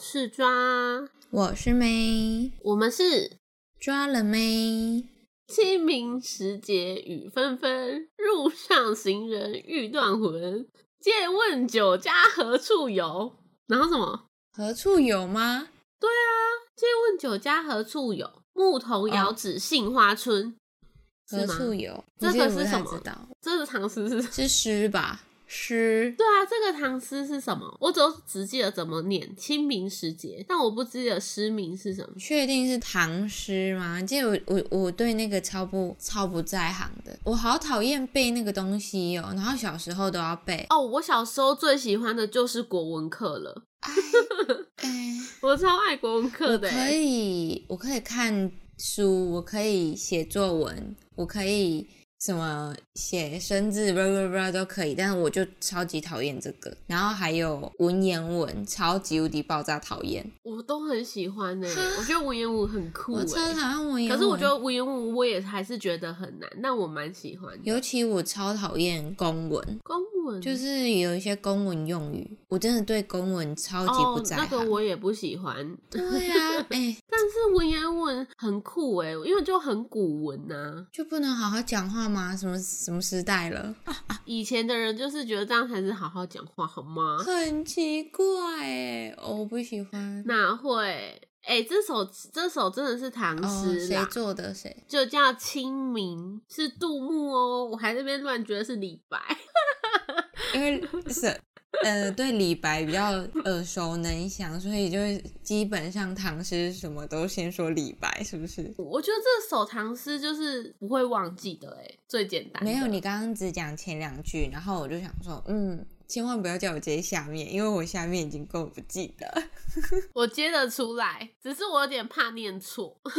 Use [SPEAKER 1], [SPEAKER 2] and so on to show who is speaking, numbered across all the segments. [SPEAKER 1] 是抓，
[SPEAKER 2] 我是妹，
[SPEAKER 1] 我们是
[SPEAKER 2] 抓了妹。
[SPEAKER 1] 清明时节雨纷纷，路上行人欲断魂。借问酒家何处有？然后什么？
[SPEAKER 2] 何处有吗？
[SPEAKER 1] 借问酒家何处有？牧童遥指杏花村。
[SPEAKER 2] 哦何
[SPEAKER 1] 是吗
[SPEAKER 2] 处有？
[SPEAKER 1] 这
[SPEAKER 2] 我记
[SPEAKER 1] 个
[SPEAKER 2] 得不
[SPEAKER 1] 是
[SPEAKER 2] 太
[SPEAKER 1] 什么
[SPEAKER 2] 知道，
[SPEAKER 1] 这个唐诗是？
[SPEAKER 2] 是诗吧？诗
[SPEAKER 1] 对啊，这个唐诗是什么？我只有只记得怎么念清明时节，但我不记得诗名是什么。
[SPEAKER 2] 确定是唐诗吗？记得我我我对那个超不超不在行的，我好讨厌背那个东西哦。然后小时候都要背，
[SPEAKER 1] 哦，我小时候最喜欢的就是国文课了，
[SPEAKER 2] 哎，
[SPEAKER 1] 我超爱国文课
[SPEAKER 2] 我
[SPEAKER 1] 的欸。
[SPEAKER 2] 可以我可以看书，我可以写作文，我可以什么写生字，不不不都可以，但是我就超级讨厌这个。然后还有文言文，超级无敌爆炸讨厌，
[SPEAKER 1] 我都很喜欢呢、我觉得文言文很酷
[SPEAKER 2] 我
[SPEAKER 1] 哎、
[SPEAKER 2] 超讨厌文言
[SPEAKER 1] 可
[SPEAKER 2] 文。
[SPEAKER 1] 是我觉得文言文我也还是觉得很难，但我蛮喜欢的。
[SPEAKER 2] 尤其我超讨厌公
[SPEAKER 1] 嗯
[SPEAKER 2] 文，
[SPEAKER 1] 公文
[SPEAKER 2] 就是有一些公文用语，我真的对公文超级
[SPEAKER 1] 哦
[SPEAKER 2] 不，在
[SPEAKER 1] 那
[SPEAKER 2] 行。
[SPEAKER 1] 个我也不喜欢，
[SPEAKER 2] 对啊，哎、
[SPEAKER 1] 但是文言文很酷哎、因为就很古文啊呐、
[SPEAKER 2] 就不能好好讲话吗？什么什么时代了？
[SPEAKER 1] 以前的人就是觉得这样才是好好讲话，好吗？
[SPEAKER 2] 很奇怪哎、哦我不喜欢。
[SPEAKER 1] 哪会？哎、这首这首真的是唐
[SPEAKER 2] 哦，
[SPEAKER 1] 诗啦
[SPEAKER 2] 谁，做的谁？
[SPEAKER 1] 就叫《清明》，是杜牧哦。我还在那边乱觉得是李白，
[SPEAKER 2] 因为是呃，对李白比较耳熟能详，所以就是基本上唐诗什么都先说李白，是不是？
[SPEAKER 1] 我觉得这首唐诗就是不会忘记的哎、最简单的。
[SPEAKER 2] 没有，你刚刚只讲前两句，然后我就想说，嗯，千万不要叫我接下面，因为我下面已经根本不记得。
[SPEAKER 1] 我接得出来，只是我有点怕念错。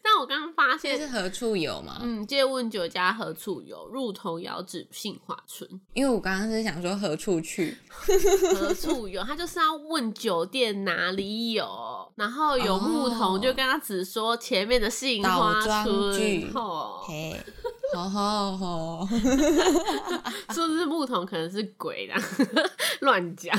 [SPEAKER 1] 但我刚刚发
[SPEAKER 2] 这是
[SPEAKER 1] 现，
[SPEAKER 2] 何处有吗？
[SPEAKER 1] 嗯，借问酒家何处有？入头遥指杏花村。
[SPEAKER 2] 因为我刚刚是想说何处 去，
[SPEAKER 1] 何处 有？他就是要问酒店哪里有，然后有牧童
[SPEAKER 2] 哦
[SPEAKER 1] 就跟他只说前面的杏花
[SPEAKER 2] 倒装句
[SPEAKER 1] 村。哦，
[SPEAKER 2] 嘿，吼吼吼，
[SPEAKER 1] 是不是牧童可能是鬼啦？ 乱讲，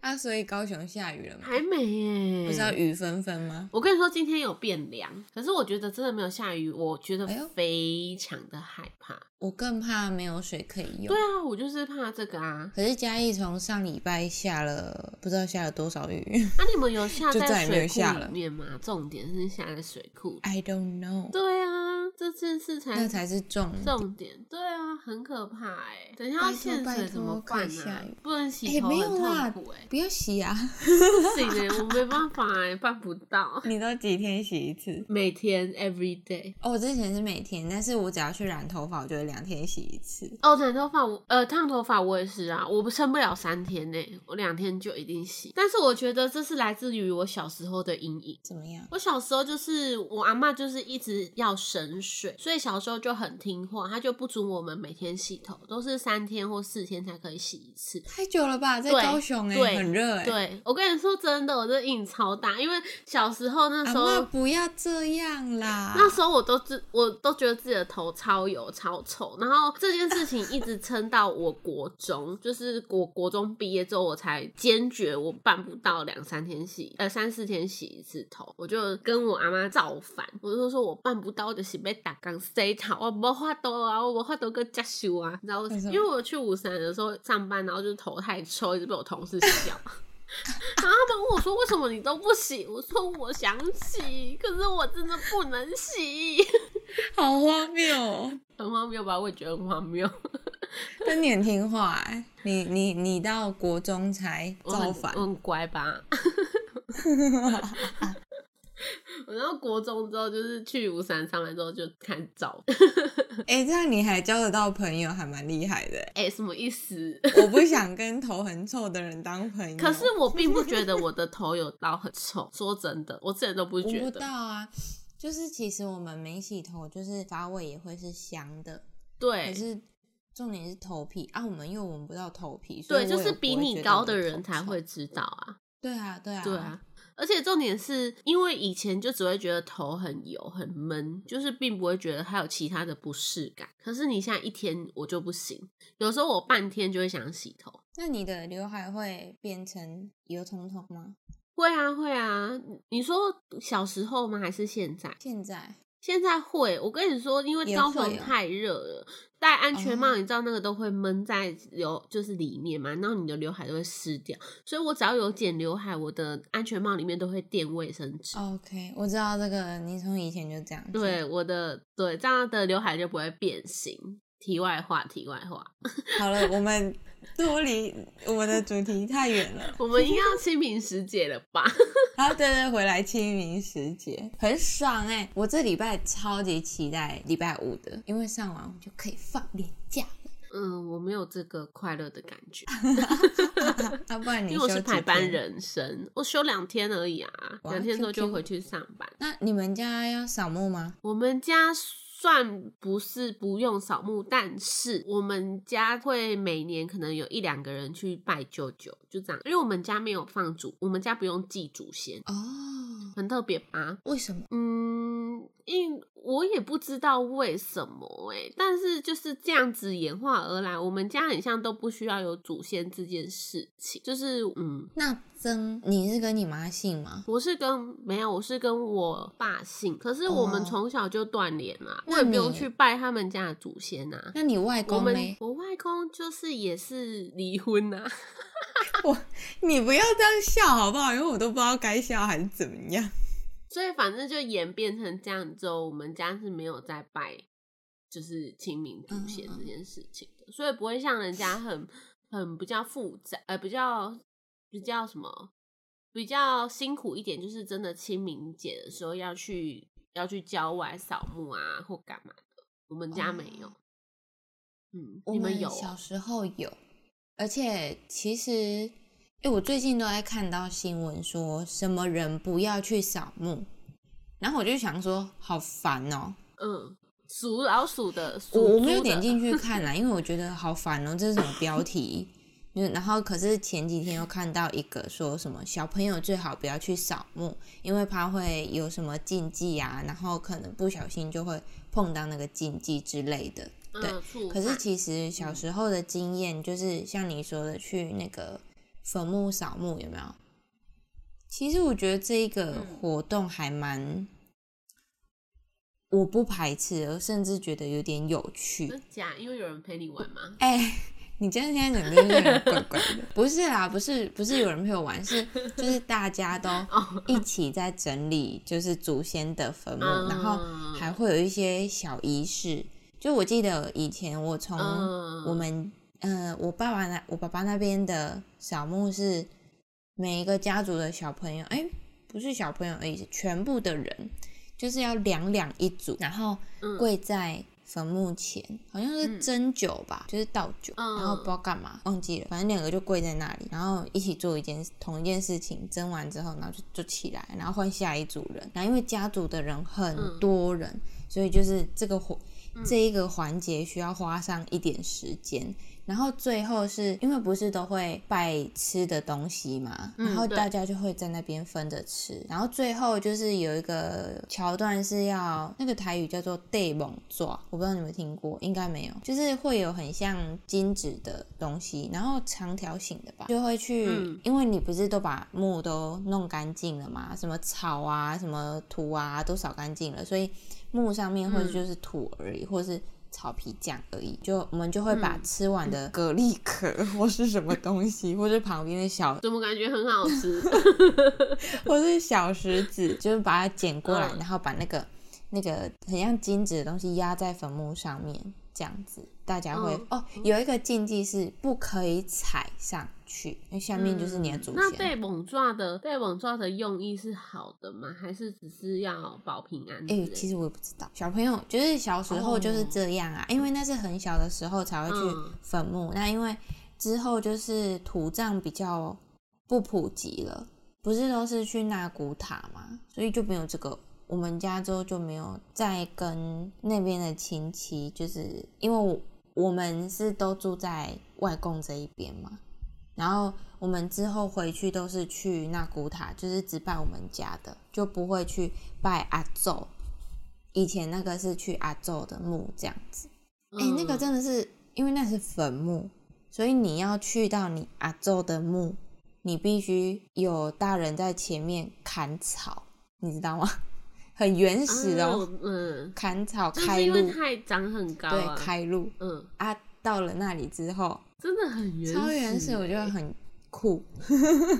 [SPEAKER 2] 啊，所以高雄下雨了吗？
[SPEAKER 1] 还没耶。
[SPEAKER 2] 不是要雨纷纷吗？
[SPEAKER 1] 我跟你说，今天有变凉，可是我觉得真的没有下雨，我觉得
[SPEAKER 2] 哎呦
[SPEAKER 1] 非常的害怕。
[SPEAKER 2] 我更怕没有水可以用
[SPEAKER 1] 对。啊，我就是怕这个啊。
[SPEAKER 2] 可是嘉义从上礼拜下了，不知道下了多少 雨
[SPEAKER 1] 那、啊你们有下
[SPEAKER 2] 就再
[SPEAKER 1] 在
[SPEAKER 2] 也没
[SPEAKER 1] 水
[SPEAKER 2] 有下
[SPEAKER 1] 库
[SPEAKER 2] 了
[SPEAKER 1] 里面吗？重点是下在水库里。
[SPEAKER 2] ，I don't know，
[SPEAKER 1] 对啊，这件事才
[SPEAKER 2] 那才是重点。
[SPEAKER 1] 重点。对啊，很可怕哎、等一下
[SPEAKER 2] 拜
[SPEAKER 1] 要
[SPEAKER 2] 托
[SPEAKER 1] 限
[SPEAKER 2] 拜
[SPEAKER 1] 水
[SPEAKER 2] 托
[SPEAKER 1] 怎么办
[SPEAKER 2] 可以
[SPEAKER 1] 啊
[SPEAKER 2] 下雨？
[SPEAKER 1] 不能洗头
[SPEAKER 2] 哎
[SPEAKER 1] 很
[SPEAKER 2] 没有啦
[SPEAKER 1] 痛苦 哎、
[SPEAKER 2] 不要洗啊！
[SPEAKER 1] 不行哎、我没办法哎、办不到。
[SPEAKER 2] 你都几天洗一次？
[SPEAKER 1] 每天 every day。
[SPEAKER 2] 哦，我之前是每天，但是我只要去染头发，我就会两天洗一次。
[SPEAKER 1] 哦，染头发我呃烫头发我也是啊，我不撑不了三天呢、我两天就一定洗。但是我觉得这是来自于我小时候的阴影。
[SPEAKER 2] 怎么样？
[SPEAKER 1] 我小时候就是我阿嬷就是一直要省水，所以小时候就很听话，她就不准我们每天洗头，都是三天或四天才可以洗一次。
[SPEAKER 2] 太久了吧，在
[SPEAKER 1] 对
[SPEAKER 2] 高雄哎、
[SPEAKER 1] 对
[SPEAKER 2] 很热哎、
[SPEAKER 1] 对我跟你说真的，我这瘾超大，因为小时候那
[SPEAKER 2] 阿
[SPEAKER 1] 时候、
[SPEAKER 2] 妈不要这样啦！
[SPEAKER 1] 那时候我都自我都觉得自己的头超油超臭，然后这件事情一直撑到我国中，就是我国中毕业之后，我才坚决我办不到两三天洗，呃三四天洗一次头，我就跟我阿妈造反，我就说我办不到，我就是被打刚塞头，我没法度啊，我没法度跟加修啊，你知道为什
[SPEAKER 2] 为什
[SPEAKER 1] 么？
[SPEAKER 2] 么
[SPEAKER 1] 因为我去五山的时候上班，然后就是头太臭，一直被我同事笑。 然后他们问我说：“为什么你都不洗？”我说：“我想洗，可是我真的不能洗。
[SPEAKER 2] 好荒谬、哦。”
[SPEAKER 1] 很荒谬吧？我也觉得很荒谬。
[SPEAKER 2] 但你很听话哎、你你你到国中才
[SPEAKER 1] 我很
[SPEAKER 2] 造反
[SPEAKER 1] 我，很乖吧？ 我到国中之后，就是去五山上班之后就开始造。
[SPEAKER 2] 哎、这样你还交得到朋友，还蛮厉害的、欸。
[SPEAKER 1] 哎、什么意思？
[SPEAKER 2] 我不想跟头很臭的人当朋 友。
[SPEAKER 1] 可是我并不觉得我的头有到很臭。说真的，我自己都不
[SPEAKER 2] 闻
[SPEAKER 1] 觉
[SPEAKER 2] 不
[SPEAKER 1] 得。
[SPEAKER 2] 到啊，就是其实我们没洗头，就是发尾也会是香的，可
[SPEAKER 1] 对，
[SPEAKER 2] 是重点是头皮啊，我们又闻不到头皮，所以
[SPEAKER 1] 对，就
[SPEAKER 2] 我也
[SPEAKER 1] 是
[SPEAKER 2] 不
[SPEAKER 1] 比
[SPEAKER 2] 会
[SPEAKER 1] 你
[SPEAKER 2] 觉得
[SPEAKER 1] 高
[SPEAKER 2] 我
[SPEAKER 1] 的
[SPEAKER 2] 头
[SPEAKER 1] 人才
[SPEAKER 2] 臭
[SPEAKER 1] 会。知道啊。
[SPEAKER 2] 对啊，对啊，
[SPEAKER 1] 对啊，而且重点是因为以前就只会觉得头很油很闷，就是并不会觉得还有其他的不适感。可是你现在一天我就不行，有时候我半天就会想洗头，
[SPEAKER 2] 那你的刘海会变成油彤彤吗？
[SPEAKER 1] 会啊，会啊。你说小时候吗？还是现在？
[SPEAKER 2] 现在
[SPEAKER 1] 现在会。我跟你说，因为
[SPEAKER 2] 也
[SPEAKER 1] 高
[SPEAKER 2] 会
[SPEAKER 1] 雄
[SPEAKER 2] 哦
[SPEAKER 1] 太热了，戴安全帽，
[SPEAKER 2] 哦
[SPEAKER 1] 你知道那个都会闷在流，就是里面嘛，然后你的刘海都会湿掉。所以我只要有剪刘海，我的安全帽里面都会垫卫生纸。
[SPEAKER 2] OK，我知道这个，你从以前哦就这样。
[SPEAKER 1] 对，，我的对这样的刘海就不会变形。题外话，题外话，
[SPEAKER 2] 好了，我们脱离我们的主题太远了。
[SPEAKER 1] 我们应该要清明时节了吧？
[SPEAKER 2] 然后对对，回来清明时节很爽哎、我这礼拜超级期待礼拜五的，因为上完我就可以放年假了。
[SPEAKER 1] 嗯，我没有这个快乐的感觉，
[SPEAKER 2] 啊，不然你
[SPEAKER 1] 因为我是
[SPEAKER 2] 休几
[SPEAKER 1] 排班
[SPEAKER 2] 天。
[SPEAKER 1] 人生，我休两天而已啊，
[SPEAKER 2] 哇
[SPEAKER 1] 两天之后就
[SPEAKER 2] QQ
[SPEAKER 1] 回去上班。
[SPEAKER 2] 那你们家要扫墓吗？
[SPEAKER 1] 我们家算不是不用扫墓，但是我们家会每年可能有一两个人去拜舅舅，就这样，因为我们家没有放祖，我们家不用祭祖先，
[SPEAKER 2] 哦，
[SPEAKER 1] 很特别吧？
[SPEAKER 2] 为什么？
[SPEAKER 1] 嗯，因我也不知道为什么哎、但是就是这样子演化而来，我们家很像都不需要有祖先这件事情，就是嗯，
[SPEAKER 2] 那曾你是跟你妈姓吗？
[SPEAKER 1] 我是跟没有，我是跟我爸姓，可是我们
[SPEAKER 2] 哦
[SPEAKER 1] 从小就断联啦，
[SPEAKER 2] 那
[SPEAKER 1] 我也不用
[SPEAKER 2] 你
[SPEAKER 1] 去拜他们家的祖先啊。
[SPEAKER 2] 那你外
[SPEAKER 1] 我
[SPEAKER 2] 公
[SPEAKER 1] 们
[SPEAKER 2] 嘞？
[SPEAKER 1] 我外公就是也是离婚啊呐、
[SPEAKER 2] 你不要这样笑好不好？因为我都不知道该笑还是怎么样。
[SPEAKER 1] 所以反正就演变成这样之后，我们家是没有在拜就是清明祖先
[SPEAKER 2] 嗯嗯嗯
[SPEAKER 1] 这件事情的，所以不会像人家很很比较复杂，呃，比较比较什么比较辛苦一点，就是真的清明节的时候要去要去郊外扫墓啊或干嘛的，我们家没有。嗯，
[SPEAKER 2] 哦我
[SPEAKER 1] 你们
[SPEAKER 2] 们
[SPEAKER 1] 有哦、
[SPEAKER 2] 小时候有，而且其实，哎、我最近都在看到新闻说什么人不要去扫墓，然后我就想说好烦哦、
[SPEAKER 1] 嗯，属老鼠的，
[SPEAKER 2] 我
[SPEAKER 1] 属
[SPEAKER 2] 我没
[SPEAKER 1] 猪
[SPEAKER 2] 有
[SPEAKER 1] 的
[SPEAKER 2] 点进去看啦，因为我觉得好烦哦、这是什么标题？嗯然后可是前几天又看到一个说什么小朋友最好不要去扫墓，因为怕会有什么禁忌啊，然后可能不小心就会碰到那个禁忌之类的。对
[SPEAKER 1] 嗯，触
[SPEAKER 2] 可是
[SPEAKER 1] 犯
[SPEAKER 2] 其实小时候的经验，就是像你说的去那个坟墓扫墓，有没有？其实我觉得这一个
[SPEAKER 1] 嗯
[SPEAKER 2] 活动还蛮，我不排斥，而甚至觉得有点有趣。
[SPEAKER 1] 真假？因为有人陪你玩吗？
[SPEAKER 2] 哎、你这样现在讲真的有点怪怪 的。不是啦，不是不是有人陪我玩，是就是大家都
[SPEAKER 1] 哦
[SPEAKER 2] 一起在整理，就是祖先的坟墓，哦然后
[SPEAKER 1] 嗯
[SPEAKER 2] 还会有一些小仪式。就我记得以前我从
[SPEAKER 1] 嗯
[SPEAKER 2] 哦我们呃，我爸爸那我爸爸那边的扫墓是每一个家族的小朋友，哎、不是小朋友而已，是全部的人，就是要两两一组，然后
[SPEAKER 1] 嗯
[SPEAKER 2] 跪在坟墓前，好像是针灸吧，就是倒酒，
[SPEAKER 1] 嗯
[SPEAKER 2] 然后不知道干嘛忘记了，反正两个就跪在那里，然后一起做一件同一件事情，针完之后，然后就就起来，然后换下一组人，然后因为家族的人很
[SPEAKER 1] 嗯
[SPEAKER 2] 多人，所以就是这个活。这一个环节需要花上一点时间，然后最后是因为不是都会拜吃的东西嘛，
[SPEAKER 1] 嗯
[SPEAKER 2] 然后
[SPEAKER 1] 对
[SPEAKER 2] 大家就会在那边分着吃，然后最后就是有一个桥段是要那个台语叫做 “day 猛抓”，我不知道你们有没有听过，应该没有，就是会有很像金纸的东西，然后长条形的吧，就会去，
[SPEAKER 1] 嗯
[SPEAKER 2] 因为你不是都把墓都弄干净了嘛，什么草啊、什么土啊都扫干净了，所以墓上面会
[SPEAKER 1] 嗯
[SPEAKER 2] 就是土而已，或是草皮酱而已，就我们就会把
[SPEAKER 1] 嗯
[SPEAKER 2] 吃完的蛤蜊壳或是什么东西，或是旁边的小
[SPEAKER 1] 怎么感觉很好 吃？
[SPEAKER 2] 或是小石子，就是把它捡过来，
[SPEAKER 1] 嗯
[SPEAKER 2] 然后把那个那个很像金子的东西压在坟墓上面，这样子大家会、
[SPEAKER 1] 嗯
[SPEAKER 2] 哦，有一个禁忌是不可以踩上去，因为下面就是你的祖
[SPEAKER 1] 那
[SPEAKER 2] 先。
[SPEAKER 1] 被猛抓的被猛抓的用意是好的吗？还是只是要保平安之
[SPEAKER 2] 哎、
[SPEAKER 1] 类的？
[SPEAKER 2] 其实我也不知道，小朋友就是小时候就是这样啊，因为那是很小的时候才会去
[SPEAKER 1] 嗯
[SPEAKER 2] 坟墓。那因为之后就是土葬比较不普及了，不是都是去那古塔嘛，所以就没有这个。我们家之后就没有再跟那边的亲戚，就是因为我我们是都住在外公这一边嘛，然后我们之后回去都是去那古塔，就是只拜我们家的，就不会去拜阿宙。以前那个是去阿宙的墓这样子，哎、那个
[SPEAKER 1] 嗯
[SPEAKER 2] 真的是因为那是坟墓，所以你要去到你阿昼的墓，你必须有大人在前面砍草，你知道吗？ 很原始的哦，
[SPEAKER 1] 啊 嗯，
[SPEAKER 2] 砍草
[SPEAKER 1] 就
[SPEAKER 2] 开
[SPEAKER 1] 是因为
[SPEAKER 2] 路，
[SPEAKER 1] 太长很高
[SPEAKER 2] 对，
[SPEAKER 1] 啊，
[SPEAKER 2] 开路
[SPEAKER 1] 嗯，
[SPEAKER 2] 啊。到了那里之后，
[SPEAKER 1] 真的很原始，欸
[SPEAKER 2] 超原始，我觉得很酷。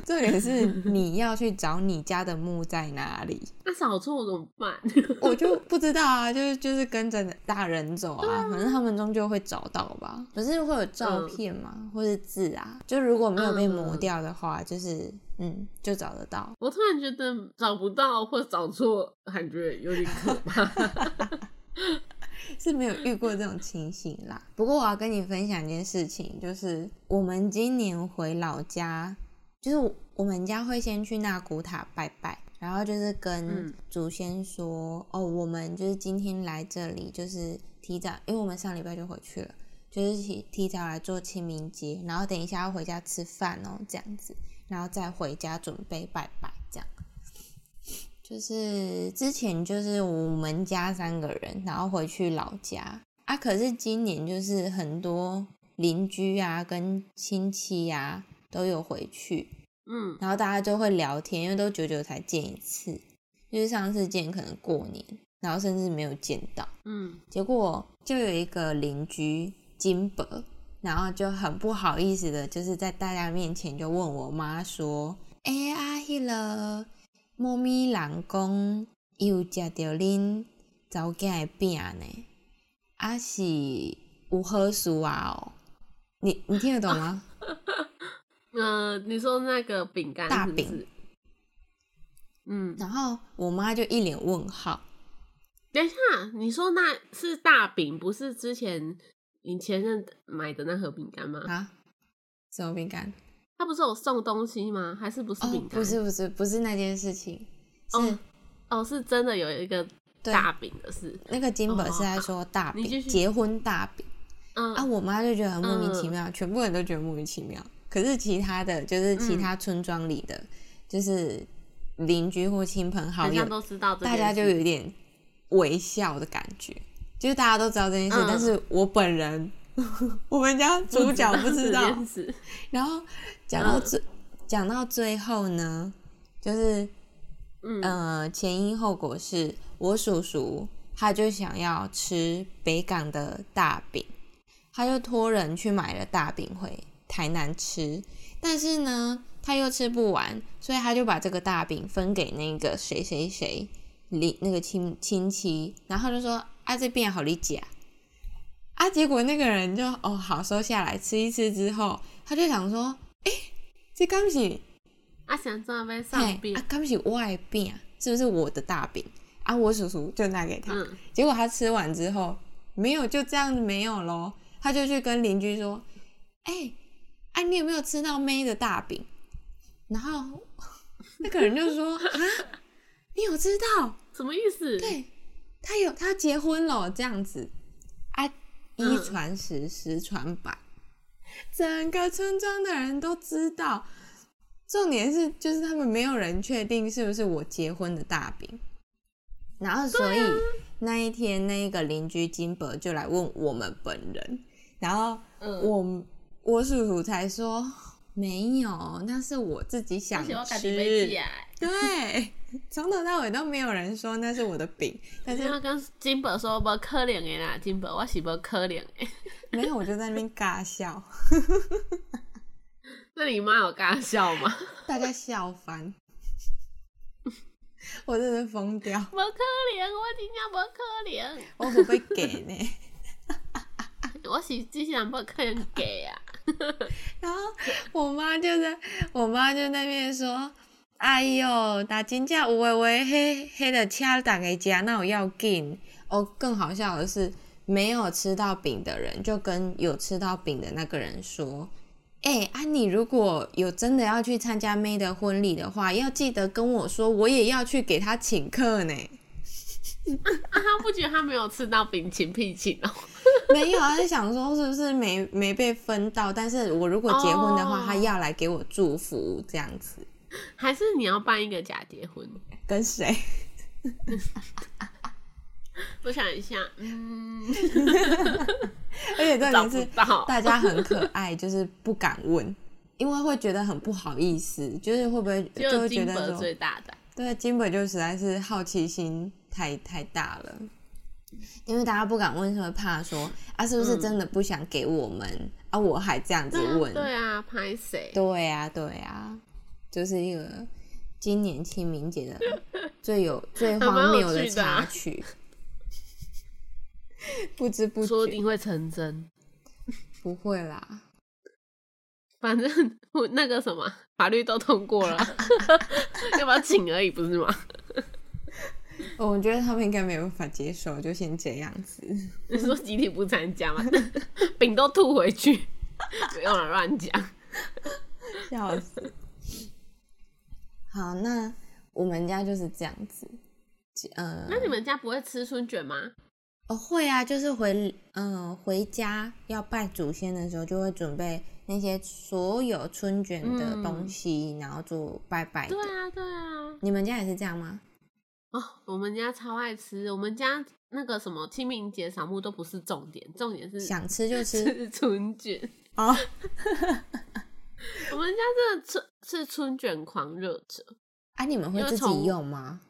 [SPEAKER 2] 重点是你要去找你家的墓在哪里，
[SPEAKER 1] 那扫错怎么办？
[SPEAKER 2] 我就不知道啊，就是就是跟着大人走啊，反正他们终究会找到吧。可是会有照片嘛，或是字啊，就如果没有被磨掉的话，就是嗯，就找得到。
[SPEAKER 1] 我突然觉得找不到或找错，感觉有点可怕。
[SPEAKER 2] 是没有遇过这种情形啦。不过我要跟你分享一件事情，就是我们今年回老家，就是我们家会先去那古塔拜拜，然后就是跟
[SPEAKER 1] 嗯
[SPEAKER 2] 祖先说，哦，我们就是今天来这里，就是提早，因为我们上礼拜就回去了。就是提提早来做清明节，然后等一下要回家吃饭哦，这样子，然后再回家准备拜拜，这样。就是之前就是我们家三个人，然后回去老家啊，可是今年就是很多邻居啊跟亲戚啊都有回去，
[SPEAKER 1] 嗯，
[SPEAKER 2] 然后大家就会聊天，因为都久久才见一次，就是上次见可能过年，然后甚至没有见到。
[SPEAKER 1] 嗯，
[SPEAKER 2] 结果就有一个邻居金伯，然后就很不好意思的，就是在大家面前就问我妈说：“哎、啊，迄、个猫咪人讲伊有食到恁查某囝的饼呢，啊是有好事啊哦。”你你听得懂
[SPEAKER 1] 啊
[SPEAKER 2] 吗？
[SPEAKER 1] 呃，你说那个饼干
[SPEAKER 2] 大
[SPEAKER 1] 是不
[SPEAKER 2] 饼
[SPEAKER 1] 是，嗯，
[SPEAKER 2] 然后我妈就一脸问号，
[SPEAKER 1] 等一下，你说那是大饼，不是之前你前任买的那盒饼干吗？
[SPEAKER 2] 啊，什么饼干？
[SPEAKER 1] 他不是有送东西吗？还是不是
[SPEAKER 2] 哦
[SPEAKER 1] 饼，干、
[SPEAKER 2] 不是不是不是那件事情，是、
[SPEAKER 1] 哦哦，是真的有一个
[SPEAKER 2] 对
[SPEAKER 1] 大饼的事。
[SPEAKER 2] 那个金伯
[SPEAKER 1] 哦
[SPEAKER 2] 是在说大
[SPEAKER 1] 你继
[SPEAKER 2] 饼
[SPEAKER 1] 续
[SPEAKER 2] 结婚大饼。
[SPEAKER 1] 嗯、
[SPEAKER 2] 啊，我妈就觉得很莫名其妙，全部人都觉得莫名其妙。可是其他的，就是其
[SPEAKER 1] 嗯
[SPEAKER 2] 他村庄里的，就是邻居或亲朋
[SPEAKER 1] 大
[SPEAKER 2] 好友
[SPEAKER 1] 家，都知道这件
[SPEAKER 2] 大
[SPEAKER 1] 事，
[SPEAKER 2] 家就有一点微笑的感觉，就是大家都知道这件事，
[SPEAKER 1] 嗯
[SPEAKER 2] 但是我本人，我们家主角不知道
[SPEAKER 1] 这。件事。
[SPEAKER 2] 然后讲到
[SPEAKER 1] 嗯
[SPEAKER 2] 最讲、到最后呢，就是
[SPEAKER 1] 嗯
[SPEAKER 2] 呃，前因后果是我叔叔他就想要吃北港的大饼，他就托人去买了大饼回台南吃，但是呢，他又吃不完，所以他就把这个大饼分给那个谁谁谁邻那个亲亲戚，然后就说啊这饼好理解。啊，结果那个人就哦好收下来吃一吃之后，他就想说，哎、这刚是
[SPEAKER 1] 啊，想专门
[SPEAKER 2] 嘿
[SPEAKER 1] 上饼
[SPEAKER 2] 啊，，刚是外饼，是不是我的大饼啊？我叔叔就拿给他，
[SPEAKER 1] 嗯，
[SPEAKER 2] 结果他吃完之后没有，就这样子没有咯，他就去跟邻居说，哎、啊，你有没有吃到妹的大饼？然后那个人就说，啊，你有吃到？
[SPEAKER 1] 什么意思？
[SPEAKER 2] 对，他有他结婚了这样子啊，一
[SPEAKER 1] 嗯
[SPEAKER 2] 传十，十传百，整个村庄的人都知道。重点是，就是他们没有人确定是不是我结婚的大饼，然后所以、
[SPEAKER 1] 啊
[SPEAKER 2] 那一天那个邻居金伯就来问我们本人，然后
[SPEAKER 1] 嗯
[SPEAKER 2] 我我叔叔才说没有，那是我自己想
[SPEAKER 1] 而且我感觉被寄
[SPEAKER 2] 吃。
[SPEAKER 1] 来。
[SPEAKER 2] 对，从头到尾都没有人说那是我的饼，但
[SPEAKER 1] 你
[SPEAKER 2] 是
[SPEAKER 1] 要跟金宝说不可怜的啦，金宝我是不可怜的。
[SPEAKER 2] 没有，我就在那边尬笑，
[SPEAKER 1] 那你妈有尬笑吗？
[SPEAKER 2] 大家笑翻， 我真的疯掉，
[SPEAKER 1] 不可怜，我真正不可怜。
[SPEAKER 2] 我不会给呢。
[SPEAKER 1] 我是只想不可能给啊。
[SPEAKER 2] 然后我妈就在，我妈就在那边说：“哎哟，打金价有诶喂，黑黑的掐打给家，那我要紧。”哦，更好笑的是，没有吃到饼的人就跟有吃到饼的那个人说：“哎、安、啊、妮，如果有真的要去参加妹的婚礼的话，要记得跟我说，我也要去给她请客呢。”
[SPEAKER 1] 啊，他不觉得他没有吃到饼情屁情哦？
[SPEAKER 2] 没有啊，就想说是不是没没被分到，但是我如果结婚的话，
[SPEAKER 1] 哦
[SPEAKER 2] 她要来给我祝福这样子。
[SPEAKER 1] 还是你要办一个假结婚？
[SPEAKER 2] 跟谁？
[SPEAKER 1] 我想一下，嗯，
[SPEAKER 2] 而且
[SPEAKER 1] 找
[SPEAKER 2] 重点
[SPEAKER 1] 不
[SPEAKER 2] 是
[SPEAKER 1] 到。
[SPEAKER 2] 大家很可爱，就是不敢问，因为会觉得很不好意思，就是会不会
[SPEAKER 1] 只
[SPEAKER 2] 就
[SPEAKER 1] 有
[SPEAKER 2] 会觉
[SPEAKER 1] 金
[SPEAKER 2] 得
[SPEAKER 1] 箔
[SPEAKER 2] 说
[SPEAKER 1] 最大的，
[SPEAKER 2] 对，啊金本就实在是好奇心太太大了，因为大家不敢问，是会怕说啊，是不是真的不想给我们、啊？我还这样子
[SPEAKER 1] 嗯对啊
[SPEAKER 2] 问，
[SPEAKER 1] 对啊，拍谁？
[SPEAKER 2] 对啊，对啊，就是一个今年清明节 的最有最
[SPEAKER 1] 还蛮
[SPEAKER 2] 荒
[SPEAKER 1] 有
[SPEAKER 2] 谬的
[SPEAKER 1] 趣的啊
[SPEAKER 2] 插曲， 不知不
[SPEAKER 1] 说不
[SPEAKER 2] 觉
[SPEAKER 1] 定会成真。
[SPEAKER 2] 不会啦，
[SPEAKER 1] 反正我那个什么法律都通过 了，要不要请而已，不是吗？
[SPEAKER 2] 哦我觉得他们应该没有办法接受，就先这样 子。
[SPEAKER 1] 你说集体不参加吗？ 饼都吐回去， 不用了，乱讲。
[SPEAKER 2] 笑死。好，那我们家就是这样子，呃，
[SPEAKER 1] 那你们家不会吃春卷吗？
[SPEAKER 2] 哦会啊，就是回嗯、回家要拜祖先的时候，就会准备那些所有春卷的东西，然后做拜拜的
[SPEAKER 1] 对。啊，对啊。
[SPEAKER 2] 你们家也是这样吗？
[SPEAKER 1] 哦，我们家超爱吃，我们家那个什么清明节扫墓都不是重点，重点是
[SPEAKER 2] 想吃就 吃
[SPEAKER 1] 吃 春卷。
[SPEAKER 2] 哦，
[SPEAKER 1] 我们家真的春是春卷狂热者。
[SPEAKER 2] 啊，你们会
[SPEAKER 1] 因为
[SPEAKER 2] 自己
[SPEAKER 1] 从
[SPEAKER 2] 用吗？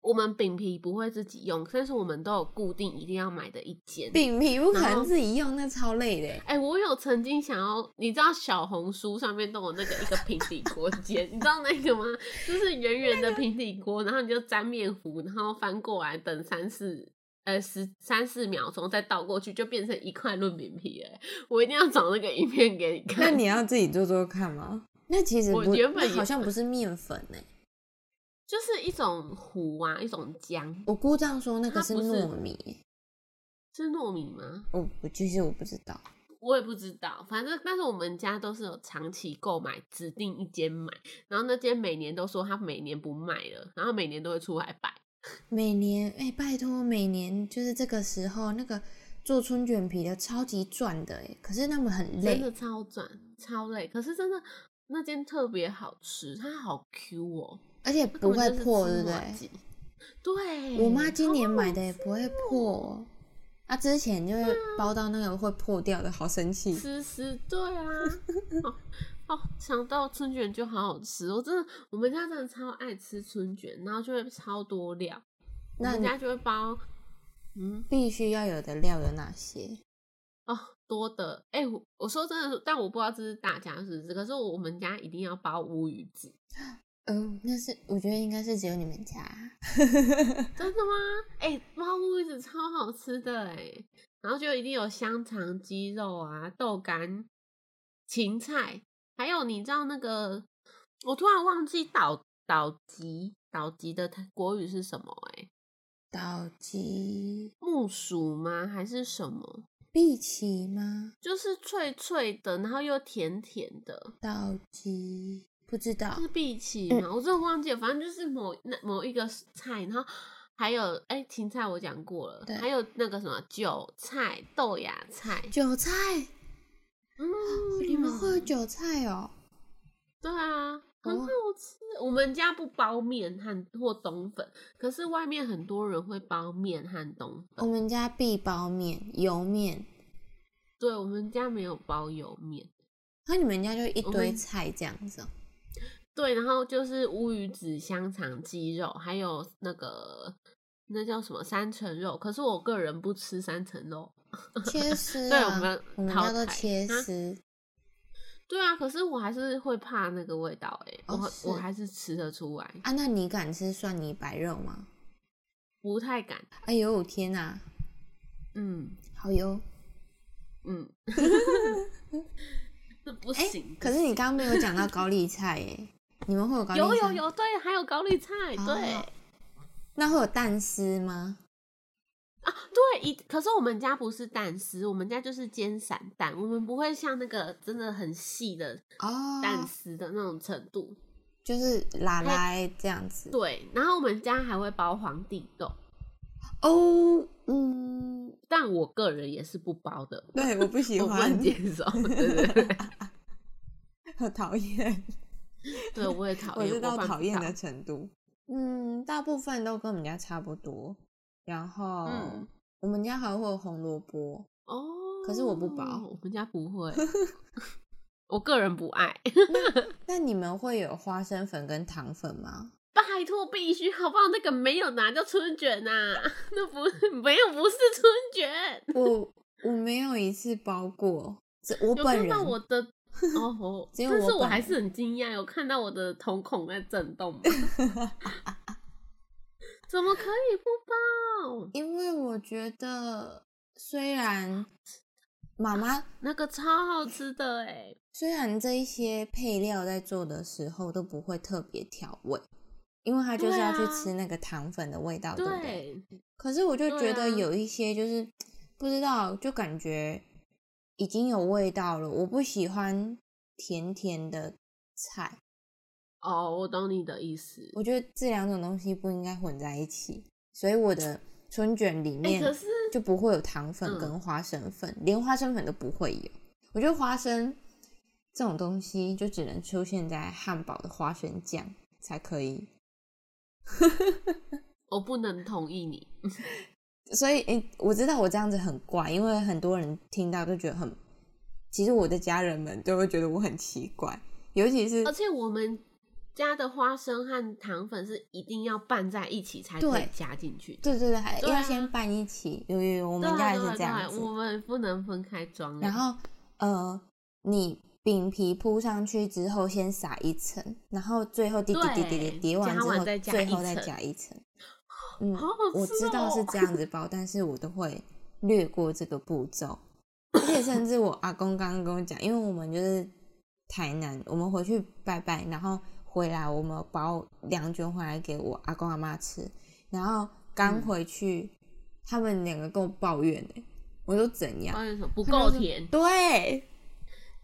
[SPEAKER 1] 我们饼皮不会自己用，但是我们都有固定一定要买的一间。
[SPEAKER 2] 饼皮不可
[SPEAKER 1] 然后
[SPEAKER 2] 能自己用，那超累的 欸。
[SPEAKER 1] 哎、我有曾经想要，你知道小红书上面都有那个一个平底锅间， 你知道那个吗？就是圆圆的平底锅，然后你就沾面糊，然后翻过来等三四呃十三四秒钟，再倒过去就变成一块润饼皮了。我一定要找那个影片给你看。
[SPEAKER 2] 要自己做做看吗？那其实
[SPEAKER 1] 我
[SPEAKER 2] 不，
[SPEAKER 1] 原本
[SPEAKER 2] 那
[SPEAKER 1] 也
[SPEAKER 2] 好像不是面粉哎、
[SPEAKER 1] 就是一种糊啊，一种浆，
[SPEAKER 2] 我姑丈说那个
[SPEAKER 1] 它
[SPEAKER 2] 是
[SPEAKER 1] 不是
[SPEAKER 2] 糯米欸、
[SPEAKER 1] 是糯米吗？
[SPEAKER 2] 我我其实我不知道，
[SPEAKER 1] 我也不知道，反正但是我们家都是有长期购买，指定一间买，然后那间每年都说他每年不卖了，然后每年都会出来摆。
[SPEAKER 2] 每年哎、拜托，每年就是这个时候，那个做春卷皮的超级赚的哎、可是那么很
[SPEAKER 1] 真
[SPEAKER 2] 累
[SPEAKER 1] 的，超转超累，可是真的那间特别好吃，它好 Q 哦、
[SPEAKER 2] 而且
[SPEAKER 1] 它
[SPEAKER 2] 不
[SPEAKER 1] 根
[SPEAKER 2] 会
[SPEAKER 1] 本就是
[SPEAKER 2] 破，
[SPEAKER 1] 芝
[SPEAKER 2] 对不
[SPEAKER 1] 麻
[SPEAKER 2] 对？
[SPEAKER 1] 鸡？对，
[SPEAKER 2] 我妈今年
[SPEAKER 1] 好
[SPEAKER 2] 买的也不会破，啊，之前就是包到那个会破掉的，好生气。
[SPEAKER 1] 吃吃，对啊，哦哦，想到春卷就好好吃，我真的我们家真的超爱吃春卷，然后就会超多料，我
[SPEAKER 2] 那
[SPEAKER 1] 们
[SPEAKER 2] 你
[SPEAKER 1] 家就会包嗯
[SPEAKER 2] 必须要有的料有哪些？
[SPEAKER 1] 哦多的，哎、我我说真的，但我不知道这是大家是不是，可是我们家一定要包乌鱼子，
[SPEAKER 2] 呃，那是我觉得应该是只有你们家，
[SPEAKER 1] 真的吗？哎、猫屋一直超好吃的哎、然后就一定有香肠、鸡肉啊、豆干、芹菜，还有你知道那个，我突然忘记岛岛吉岛吉的它国语是什么、哎，
[SPEAKER 2] 岛鸡、
[SPEAKER 1] 木薯吗？还是什么？
[SPEAKER 2] 碧琪吗？
[SPEAKER 1] 就是脆脆的，然后又甜甜的，
[SPEAKER 2] 岛鸡不知道
[SPEAKER 1] 是碧琪吗？我真的忘记了，反正就是某那某一个菜，然后还有哎、芹菜我讲过了
[SPEAKER 2] 对，
[SPEAKER 1] 还有那个什么韭菜、豆芽菜，
[SPEAKER 2] 韭菜，
[SPEAKER 1] 嗯，
[SPEAKER 2] 哦你们会有哦韭菜哦？
[SPEAKER 1] 对啊，很好吃。我们家不包面和或冬粉，可是外面很多人会包面和冬
[SPEAKER 2] 我
[SPEAKER 1] 粉。
[SPEAKER 2] 们家必包面、油面，
[SPEAKER 1] 对我们家没有包油面。
[SPEAKER 2] 那你们家就一
[SPEAKER 1] 我
[SPEAKER 2] 堆
[SPEAKER 1] 们
[SPEAKER 2] 菜这样子哦、
[SPEAKER 1] 对，然后就是乌鱼子、香肠、鸡肉，还有那个那叫什么三层肉。可是我个人不吃三层肉。
[SPEAKER 2] 切
[SPEAKER 1] 嗯
[SPEAKER 2] 丝、啊。
[SPEAKER 1] 对我们
[SPEAKER 2] 我们
[SPEAKER 1] 淘
[SPEAKER 2] 家都
[SPEAKER 1] 汰
[SPEAKER 2] 切
[SPEAKER 1] 啊
[SPEAKER 2] 丝，
[SPEAKER 1] 对啊，可是我还是会怕那个味道哎、欸，
[SPEAKER 2] 哦
[SPEAKER 1] 我
[SPEAKER 2] 是
[SPEAKER 1] 我还是吃得出来，
[SPEAKER 2] 啊。那你敢吃蒜泥白肉吗？
[SPEAKER 1] 不太敢。
[SPEAKER 2] 哎呦天哪、
[SPEAKER 1] 嗯
[SPEAKER 2] 好油！
[SPEAKER 1] 嗯，那不
[SPEAKER 2] 哎、
[SPEAKER 1] 行。
[SPEAKER 2] 可是你刚刚没有讲到高丽菜哎、 你们会有高丽菜？
[SPEAKER 1] 有有。有，对，还有高丽菜，对
[SPEAKER 2] 哦那会有蛋丝吗？
[SPEAKER 1] 啊，对，一可是我们家不是蛋丝，我们家就是煎散蛋，我们不会像那个真的很细的
[SPEAKER 2] 哦，
[SPEAKER 1] 蛋丝的那种程度。
[SPEAKER 2] 就是拉拉这样子。
[SPEAKER 1] 对，然后我们家还会包皇帝豆，
[SPEAKER 2] 哦，嗯，
[SPEAKER 1] 但我个人也是不包的，
[SPEAKER 2] 对，我不喜
[SPEAKER 1] 我不能 接受，对对对，
[SPEAKER 2] 好讨厌。
[SPEAKER 1] 对我也讨
[SPEAKER 2] 我
[SPEAKER 1] 厌，
[SPEAKER 2] 是到
[SPEAKER 1] 办不
[SPEAKER 2] 讨厌
[SPEAKER 1] 到
[SPEAKER 2] 的程度。嗯，大部分都跟我们家差不多，然后、
[SPEAKER 1] 嗯
[SPEAKER 2] 我们家还会有红萝卜，
[SPEAKER 1] 哦，
[SPEAKER 2] 可是我不包
[SPEAKER 1] 我们家不 会，我个人不爱。
[SPEAKER 2] 那你们会有花生粉跟糖粉 吗？
[SPEAKER 1] 拜托，必须好不好？那个没有拿叫春卷呐、 那不没有不是春卷。
[SPEAKER 2] 我我没有一次包过，只我
[SPEAKER 1] 有
[SPEAKER 2] 本
[SPEAKER 1] 看
[SPEAKER 2] 人
[SPEAKER 1] 到我的哦，我
[SPEAKER 2] 只有
[SPEAKER 1] 但
[SPEAKER 2] 我
[SPEAKER 1] 是我
[SPEAKER 2] 本
[SPEAKER 1] 还
[SPEAKER 2] 人
[SPEAKER 1] 是很惊讶，有看到我的瞳孔在震动吗？怎么可以不包？
[SPEAKER 2] 因为我觉得虽然妈妈
[SPEAKER 1] 那个超好吃的哎、
[SPEAKER 2] 虽然这一些配料在做的时候都不会特别调味，因为它就是要去
[SPEAKER 1] 对啊
[SPEAKER 2] 吃那个糖粉的味道，对不对？
[SPEAKER 1] 对，
[SPEAKER 2] 可是我就觉
[SPEAKER 1] 对啊
[SPEAKER 2] 得有一些就是不知道，就感觉已经有味道了。我不喜欢甜甜的菜，
[SPEAKER 1] 哦，我懂你的意思。
[SPEAKER 2] 我觉得这两种东西不应该混在一起。所以我的春卷里
[SPEAKER 1] 哎、
[SPEAKER 2] 面
[SPEAKER 1] 可是
[SPEAKER 2] 就不会有糖粉
[SPEAKER 1] 嗯
[SPEAKER 2] 跟花生粉，连花生粉都不会有。我觉得花生这种东西就只能出现在汉堡的花生酱才可以。
[SPEAKER 1] 我不能同意你。
[SPEAKER 2] 所以，诶、我知道我这样子很怪，因为很多人听到都觉得很，其实我的家人们都会觉得我很奇怪，尤其是
[SPEAKER 1] 而且我们家的花生和糖粉是一定要拌在一起才可以
[SPEAKER 2] 对
[SPEAKER 1] 加进去的。
[SPEAKER 2] 对对对，还
[SPEAKER 1] 对啊啊
[SPEAKER 2] 要先拌一起。有有有，我
[SPEAKER 1] 我
[SPEAKER 2] 们家也是这样子。
[SPEAKER 1] 我们不能分开装。
[SPEAKER 2] 然后，呃，你饼皮铺上去之后，先撒一层，然后最后叠叠叠叠叠
[SPEAKER 1] 对
[SPEAKER 2] 叠完
[SPEAKER 1] 加
[SPEAKER 2] 之
[SPEAKER 1] 完
[SPEAKER 2] 后，
[SPEAKER 1] 再加
[SPEAKER 2] 最
[SPEAKER 1] 一
[SPEAKER 2] 后再
[SPEAKER 1] 层
[SPEAKER 2] 加一层。嗯，
[SPEAKER 1] 好好吃、哦、哦
[SPEAKER 2] 我知道是这样子 包，但是我都会略过这个步骤。而且甚至我阿公刚刚跟我讲，因为我们就是台南，我们回去拜拜，然后回来我们包两卷回来给我阿公阿妈吃，然后刚
[SPEAKER 1] 嗯
[SPEAKER 2] 回去，他们两个跟我抱怨呢、我说怎样？
[SPEAKER 1] 抱怨什么不
[SPEAKER 2] 他就
[SPEAKER 1] 够
[SPEAKER 2] 说
[SPEAKER 1] 甜？
[SPEAKER 2] 对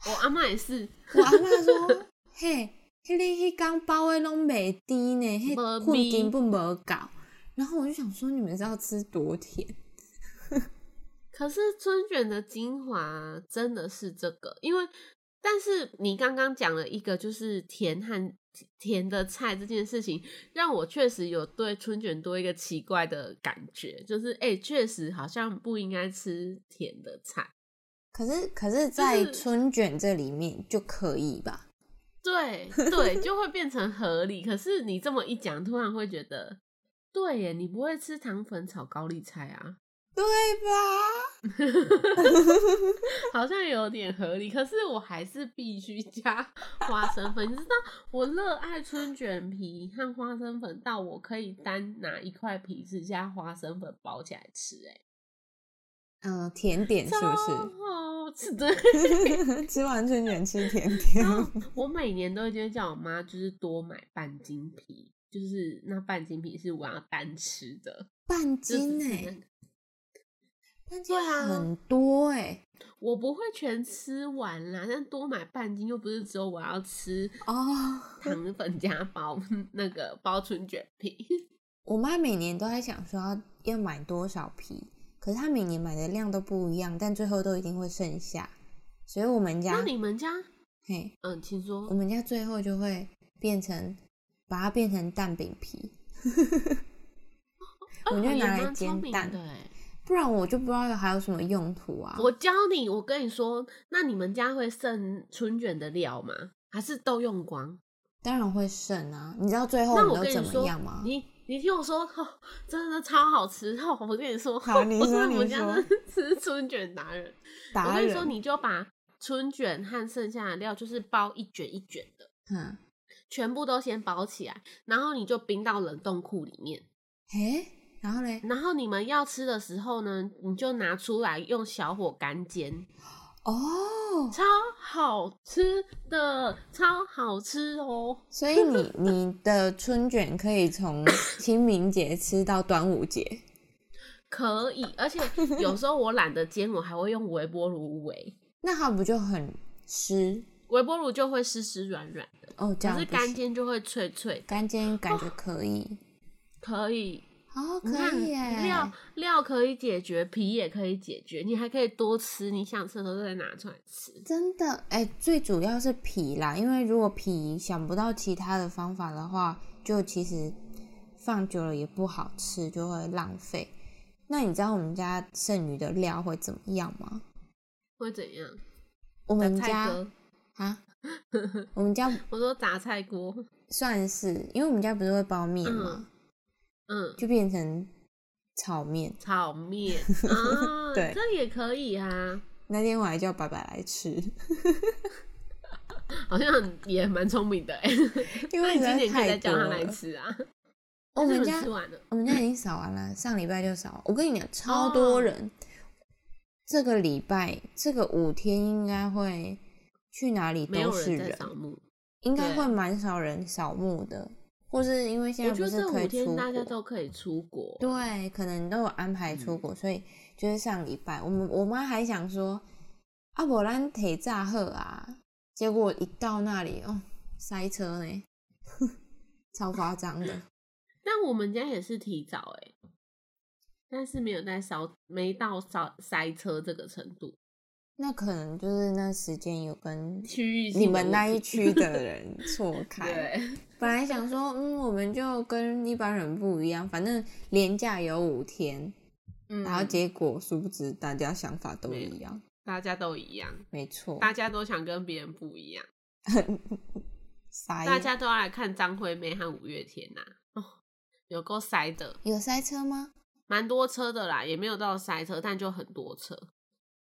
[SPEAKER 1] 我阿妈也是，
[SPEAKER 2] 我阿妈说， 嘿，迄个迄刚包的拢袂甜呢，
[SPEAKER 1] 无
[SPEAKER 2] 迄混
[SPEAKER 1] 味
[SPEAKER 2] 根本无够。然后我就想说，你们是要吃多甜？
[SPEAKER 1] 可是春卷的精华真的是这个，因为但是你刚刚讲了一个就是甜和甜的菜这件事情，让我确实有对春卷多一个奇怪的感觉，就是哎，诶确、实好像不应该吃甜的菜。
[SPEAKER 2] 可是可是，在
[SPEAKER 1] 就是
[SPEAKER 2] 春卷这里面就可以吧？
[SPEAKER 1] 对对，就会变成合理。可是你这么一讲，突然会觉得，对耶，你不会吃糖粉炒高丽菜啊？
[SPEAKER 2] 对吧？
[SPEAKER 1] 好像有点合理，可是我还是必须 加花生粉。你知道，我热爱春卷皮和花生粉，到我可以单拿一块皮子加花生粉包起来吃、欸，
[SPEAKER 2] 嗯、甜点是
[SPEAKER 1] 超
[SPEAKER 2] 不
[SPEAKER 1] 好吃 的。
[SPEAKER 2] 是？吃完春卷吃甜点
[SPEAKER 1] 然，后我每年都会叫我妈，就是多买半斤皮，就是那半斤皮是我要单吃的，
[SPEAKER 2] 半
[SPEAKER 1] 就
[SPEAKER 2] 斤
[SPEAKER 1] 只
[SPEAKER 2] 哎、
[SPEAKER 1] 是那个
[SPEAKER 2] 半斤
[SPEAKER 1] 对啊
[SPEAKER 2] 很多哎、
[SPEAKER 1] 我不会全吃完啦，但多买半斤又不是只有我要吃
[SPEAKER 2] 哦。
[SPEAKER 1] 糖粉加包 那个包春卷皮。
[SPEAKER 2] 我妈每年都在想说要要买多少皮，可是她每年买的量都不一样，但最后都一定会剩下。所以我们家
[SPEAKER 1] 那，你们家，
[SPEAKER 2] 嘿，
[SPEAKER 1] 嗯，请
[SPEAKER 2] 我
[SPEAKER 1] 说。
[SPEAKER 2] 们家最后就会变成把它变成蛋饼皮，
[SPEAKER 1] 哦
[SPEAKER 2] 我们就拿来煎蛋，
[SPEAKER 1] 对，
[SPEAKER 2] 不然我就不知道还有什么用途啊。
[SPEAKER 1] 欸我教你，我跟你说，那你们家会剩春卷的料吗？还是都用光？
[SPEAKER 2] 当然会剩啊，你知道最后
[SPEAKER 1] 那
[SPEAKER 2] 我
[SPEAKER 1] 我
[SPEAKER 2] 们
[SPEAKER 1] 跟
[SPEAKER 2] 都怎
[SPEAKER 1] 你说
[SPEAKER 2] 么样吗？
[SPEAKER 1] 你你听我说，哦、真的超好吃哦！ 我跟你说，
[SPEAKER 2] 好你
[SPEAKER 1] 我真
[SPEAKER 2] 说
[SPEAKER 1] 的我们
[SPEAKER 2] 你
[SPEAKER 1] 家
[SPEAKER 2] 说
[SPEAKER 1] 真的是春卷达人。我
[SPEAKER 2] 达
[SPEAKER 1] 跟你说，
[SPEAKER 2] 人，
[SPEAKER 1] 你就把春卷和剩下的料，就是包一卷一卷的，
[SPEAKER 2] 嗯，
[SPEAKER 1] 全部都先包起来，然后你就冰到冷冻库里面。
[SPEAKER 2] 嘿，然后嘞，
[SPEAKER 1] 然后你们要吃的时候呢，你就拿出来用小火干煎，嗯
[SPEAKER 2] 哦，
[SPEAKER 1] 超好吃的，超好吃哦！
[SPEAKER 2] 所 以你你的春卷可以从清明节吃到端午节。
[SPEAKER 1] 可以，而且有时候我懒得煎，我还会用微波炉围，
[SPEAKER 2] 那它不就很湿
[SPEAKER 1] 微波炉就会湿湿软软的，
[SPEAKER 2] 哦？这样
[SPEAKER 1] 可是
[SPEAKER 2] 不
[SPEAKER 1] 干
[SPEAKER 2] 行
[SPEAKER 1] 煎就会脆脆。
[SPEAKER 2] 干煎感觉可以
[SPEAKER 1] 可以，
[SPEAKER 2] 哦，
[SPEAKER 1] 你
[SPEAKER 2] 可
[SPEAKER 1] 看
[SPEAKER 2] 以耶
[SPEAKER 1] 料。料可以解决，皮也可以解决，你还可以多吃，你想吃的时候再拿出来吃。
[SPEAKER 2] 真的哎、最主要是皮啦，因为如果皮想不到其他的方法的话，就其实放久了也不好吃，就会浪费。那你知道我们家剩余的料会怎么样吗？
[SPEAKER 1] 会怎样？我
[SPEAKER 2] 我们
[SPEAKER 1] 菜
[SPEAKER 2] 家
[SPEAKER 1] 哥，
[SPEAKER 2] 啊，我们家
[SPEAKER 1] 我说杂菜锅，
[SPEAKER 2] 算是，因为我们家不是会包面嘛，
[SPEAKER 1] 嗯，
[SPEAKER 2] 就变成炒面。
[SPEAKER 1] 炒 面啊，
[SPEAKER 2] 对
[SPEAKER 1] 这也可以啊，
[SPEAKER 2] 那天我还叫白白来吃，
[SPEAKER 1] 好像也蛮聪明的哎、
[SPEAKER 2] 因
[SPEAKER 1] 那
[SPEAKER 2] 为
[SPEAKER 1] 你今
[SPEAKER 2] 实在
[SPEAKER 1] 年可以
[SPEAKER 2] 太
[SPEAKER 1] 再
[SPEAKER 2] 多
[SPEAKER 1] 叫他来
[SPEAKER 2] 了。
[SPEAKER 1] 吃啊，
[SPEAKER 2] 我
[SPEAKER 1] 但是
[SPEAKER 2] 们
[SPEAKER 1] 你
[SPEAKER 2] 家
[SPEAKER 1] 吃完了，
[SPEAKER 2] 我们家已经扫完了，上礼拜就扫完。我跟你讲，超
[SPEAKER 1] 哦
[SPEAKER 2] 多人。这个礼拜这个五天应该会去哪里
[SPEAKER 1] 没有
[SPEAKER 2] 都是
[SPEAKER 1] 在扫墓。
[SPEAKER 2] 应该
[SPEAKER 1] 对
[SPEAKER 2] 会蛮少人扫墓的，或是因为现
[SPEAKER 1] 我
[SPEAKER 2] 在
[SPEAKER 1] 觉
[SPEAKER 2] 不
[SPEAKER 1] 得
[SPEAKER 2] 是
[SPEAKER 1] 这五
[SPEAKER 2] 可以出
[SPEAKER 1] 天大家
[SPEAKER 2] 国，
[SPEAKER 1] 都嗯可以出国，
[SPEAKER 2] 对，可能都有安排出国，所以就是上礼拜我们我妈还想说啊，不然铁炸贺啊，结果一到那里哦，塞车呢， 超夸张的。
[SPEAKER 1] 但我们家也是提早哎、但是没有在烧，没到烧塞车这个程度。
[SPEAKER 2] 那可能就是那时间有跟
[SPEAKER 1] 区域性的
[SPEAKER 2] 你们那一
[SPEAKER 1] 问题
[SPEAKER 2] 区的人错开。
[SPEAKER 1] 对，
[SPEAKER 2] 本来想说，嗯，我们就跟一般人不一样，反正连假有五天，
[SPEAKER 1] 嗯
[SPEAKER 2] 然后结果殊不知大家想法都一样，
[SPEAKER 1] 大家都一样，
[SPEAKER 2] 没错，
[SPEAKER 1] 大家都想跟别人不一样，
[SPEAKER 2] 塞
[SPEAKER 1] 大家都要来看张惠妹和五月天呐、哦，有够塞的，
[SPEAKER 2] 有塞车吗？
[SPEAKER 1] 蛮多车的啦，也没有到塞车，但就很多车。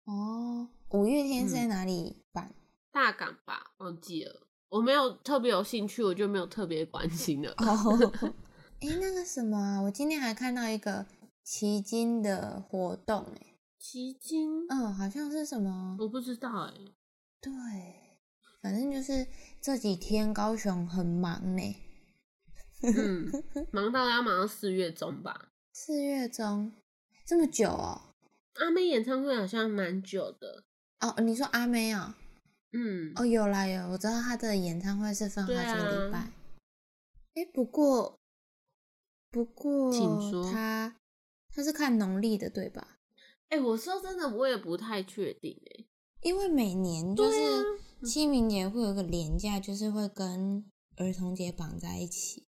[SPEAKER 2] 哦，五月天
[SPEAKER 1] 嗯
[SPEAKER 2] 是在哪里 办？
[SPEAKER 1] 大港吧，忘记了，我没有特别有兴趣，我就没有特别关心了。
[SPEAKER 2] 哦，哎、那个什么啊，我今天还看到一个奇经的活动、欸，
[SPEAKER 1] 奇经，
[SPEAKER 2] 嗯，好像是什么
[SPEAKER 1] 我不知道哎、
[SPEAKER 2] 对，反正就是这几天高雄很忙呢。
[SPEAKER 1] 嗯，忙到要忙到四月中吧。
[SPEAKER 2] 四月中这么久哦？
[SPEAKER 1] 阿妹演唱会好像蛮久的，
[SPEAKER 2] 哦，你说阿妹啊、
[SPEAKER 1] 嗯，
[SPEAKER 2] 哦？有啦有，我知道她的演唱会是放
[SPEAKER 1] 对
[SPEAKER 2] 好几个
[SPEAKER 1] 啊
[SPEAKER 2] 礼拜。哎、不过不过，
[SPEAKER 1] 请说
[SPEAKER 2] 她她是看农历的对吧？
[SPEAKER 1] 哎、我说真的，我也不太确定哎、
[SPEAKER 2] 因为每年就
[SPEAKER 1] 对啊
[SPEAKER 2] 是清明节会有个连假，就是会跟儿童节绑在一起。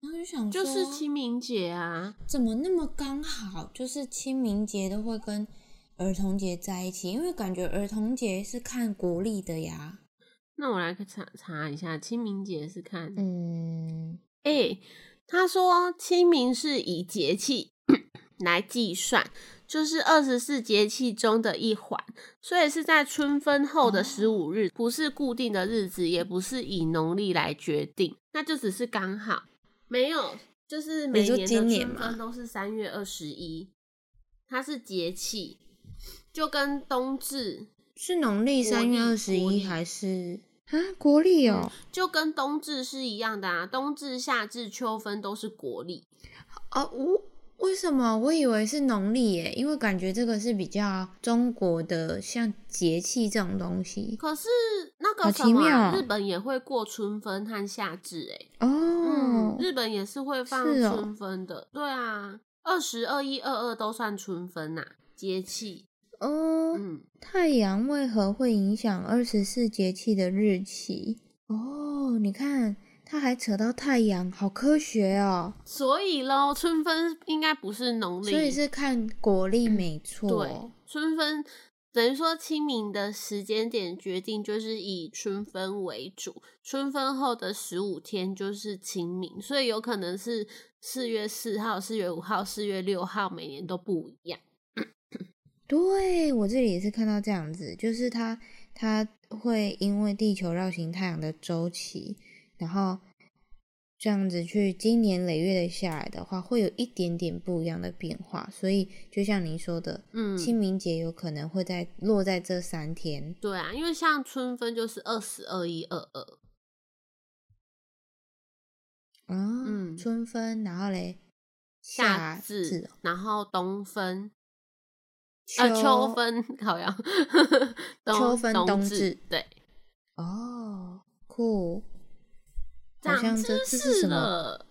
[SPEAKER 2] 然后就想说，
[SPEAKER 1] 就是清明节啊，
[SPEAKER 2] 怎么那么刚好，就是清明节都会跟儿童节在一起？因为感觉儿童节是看国历的呀。
[SPEAKER 1] 那我来查查一下，清明节是看，哎、
[SPEAKER 2] 嗯，
[SPEAKER 1] 他说清明是以节气来计算，就是二十四节气中的一环，所以是在春分后的
[SPEAKER 2] 哦
[SPEAKER 1] 十五日，不是固定的日子，也不是以农历来决定，那就只是刚好，没有，就是每
[SPEAKER 2] 说
[SPEAKER 1] 年的
[SPEAKER 2] 今年
[SPEAKER 1] 春
[SPEAKER 2] 吗
[SPEAKER 1] 分都是三月二十一，它是节气，就跟冬至
[SPEAKER 2] 是农历
[SPEAKER 1] 国
[SPEAKER 2] 三
[SPEAKER 1] 历
[SPEAKER 2] 月二十
[SPEAKER 1] 国历
[SPEAKER 2] 一还是啊？国历哦，
[SPEAKER 1] 就跟冬至是一样的啊，冬至、夏至、秋分都是国历。
[SPEAKER 2] 哦，我为什么我以为是农历耶？因为感觉这个是比较中国的，像节气这种东西
[SPEAKER 1] 可是那个
[SPEAKER 2] 好
[SPEAKER 1] 什
[SPEAKER 2] 奇
[SPEAKER 1] 么啊、
[SPEAKER 2] 妙哦
[SPEAKER 1] 日本也会过春分和夏至、欸，
[SPEAKER 2] 哦。
[SPEAKER 1] 嗯，日本也是会放
[SPEAKER 2] 是哦
[SPEAKER 1] 春分的。对啊，二十二、一、二二都算春分呐、节气。
[SPEAKER 2] 哦，
[SPEAKER 1] 嗯，
[SPEAKER 2] 太阳为何会影响二十四节气的日期？哦，你看，它还扯到太阳，好科学哦。
[SPEAKER 1] 所以喽，春分应该不是农历，
[SPEAKER 2] 所以是看国历没错。
[SPEAKER 1] 嗯
[SPEAKER 2] 哦
[SPEAKER 1] 对，春分等于说清明的时间点决定就是以春分为主，春分后的十五天就是清明，所以有可能是四月四号、四月五号、四月六号，每年都不一样。
[SPEAKER 2] 对我这里也是看到这样子，就是它它会因为地球绕行太阳的周期，然后这样子去经年累月的下来的话，会有一点点不一样的变化。所以就像您说的，
[SPEAKER 1] 嗯，
[SPEAKER 2] 清明节有可能会在落在这三天。
[SPEAKER 1] 对啊，因为像春分就是二十二、一、二二，
[SPEAKER 2] 啊，
[SPEAKER 1] 嗯
[SPEAKER 2] 春分，然后嘞，
[SPEAKER 1] 夏
[SPEAKER 2] 至
[SPEAKER 1] 至
[SPEAKER 2] 哦，
[SPEAKER 1] 然后冬分。呃，秋分 好像，冬
[SPEAKER 2] 秋分
[SPEAKER 1] 冬
[SPEAKER 2] 冬
[SPEAKER 1] 至
[SPEAKER 2] 至，
[SPEAKER 1] 对，
[SPEAKER 2] 哦，酷，好
[SPEAKER 1] 长
[SPEAKER 2] 像这
[SPEAKER 1] 知
[SPEAKER 2] 这是
[SPEAKER 1] 识
[SPEAKER 2] 什么？
[SPEAKER 1] 了，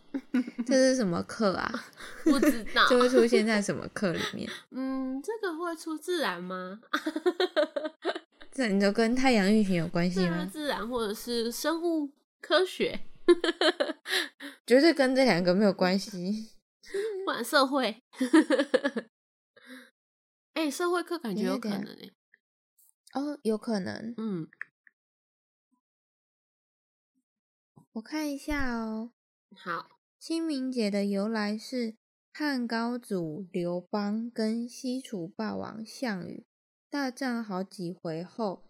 [SPEAKER 2] 这是什么课啊？
[SPEAKER 1] 不 知道，
[SPEAKER 2] 就会出现在什么课里面？
[SPEAKER 1] 嗯，这个会出自然吗？啊
[SPEAKER 2] 这你都跟太阳运行有关系
[SPEAKER 1] 对啊，
[SPEAKER 2] 吗？
[SPEAKER 1] 自然或者是生物科学。
[SPEAKER 2] 嗯绝对跟这两个没有关系。
[SPEAKER 1] 不然社会，哎、社会课感觉有可
[SPEAKER 2] 啊
[SPEAKER 1] 能、欸，
[SPEAKER 2] 哦，有可能，
[SPEAKER 1] 嗯，
[SPEAKER 2] 我看一下哦。
[SPEAKER 1] 好，
[SPEAKER 2] 清明节的由来是汉高祖刘邦跟西楚霸王项羽大战好几回后，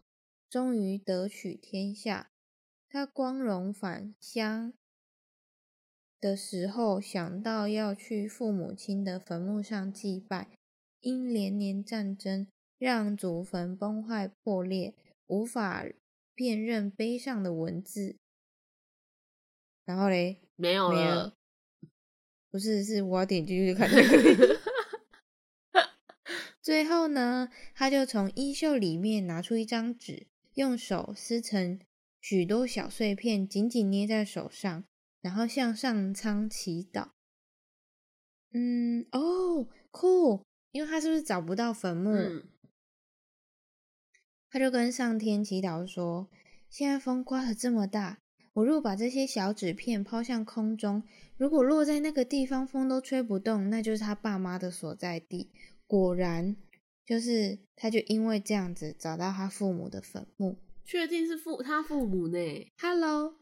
[SPEAKER 2] 终于得取天下。他光荣返乡的时候，想到要去父母亲的坟墓上祭拜，因连年战争让祖坟崩坏破裂，无法辨认碑上的文字。然后嘞，
[SPEAKER 1] 没有
[SPEAKER 2] 没
[SPEAKER 1] 了
[SPEAKER 2] 有，呃不是，是我要点 进去看那个。最后呢，他就从衣袖里面拿出一张纸，用手撕成许多小碎片，紧紧捏在手上，然后向上苍祈祷。嗯，哦，酷，因为他是不是找不到坟墓？
[SPEAKER 1] 嗯，
[SPEAKER 2] 他就跟上天祈祷说：“现在风刮得这么大，我若把这些小纸片抛向空中，如果落在那个地方风都吹不动，那就是他爸妈的所在地。”果然，就是他就因为这样子找到他父母的坟墓。
[SPEAKER 1] 确定是父他父母呢？
[SPEAKER 2] Hello，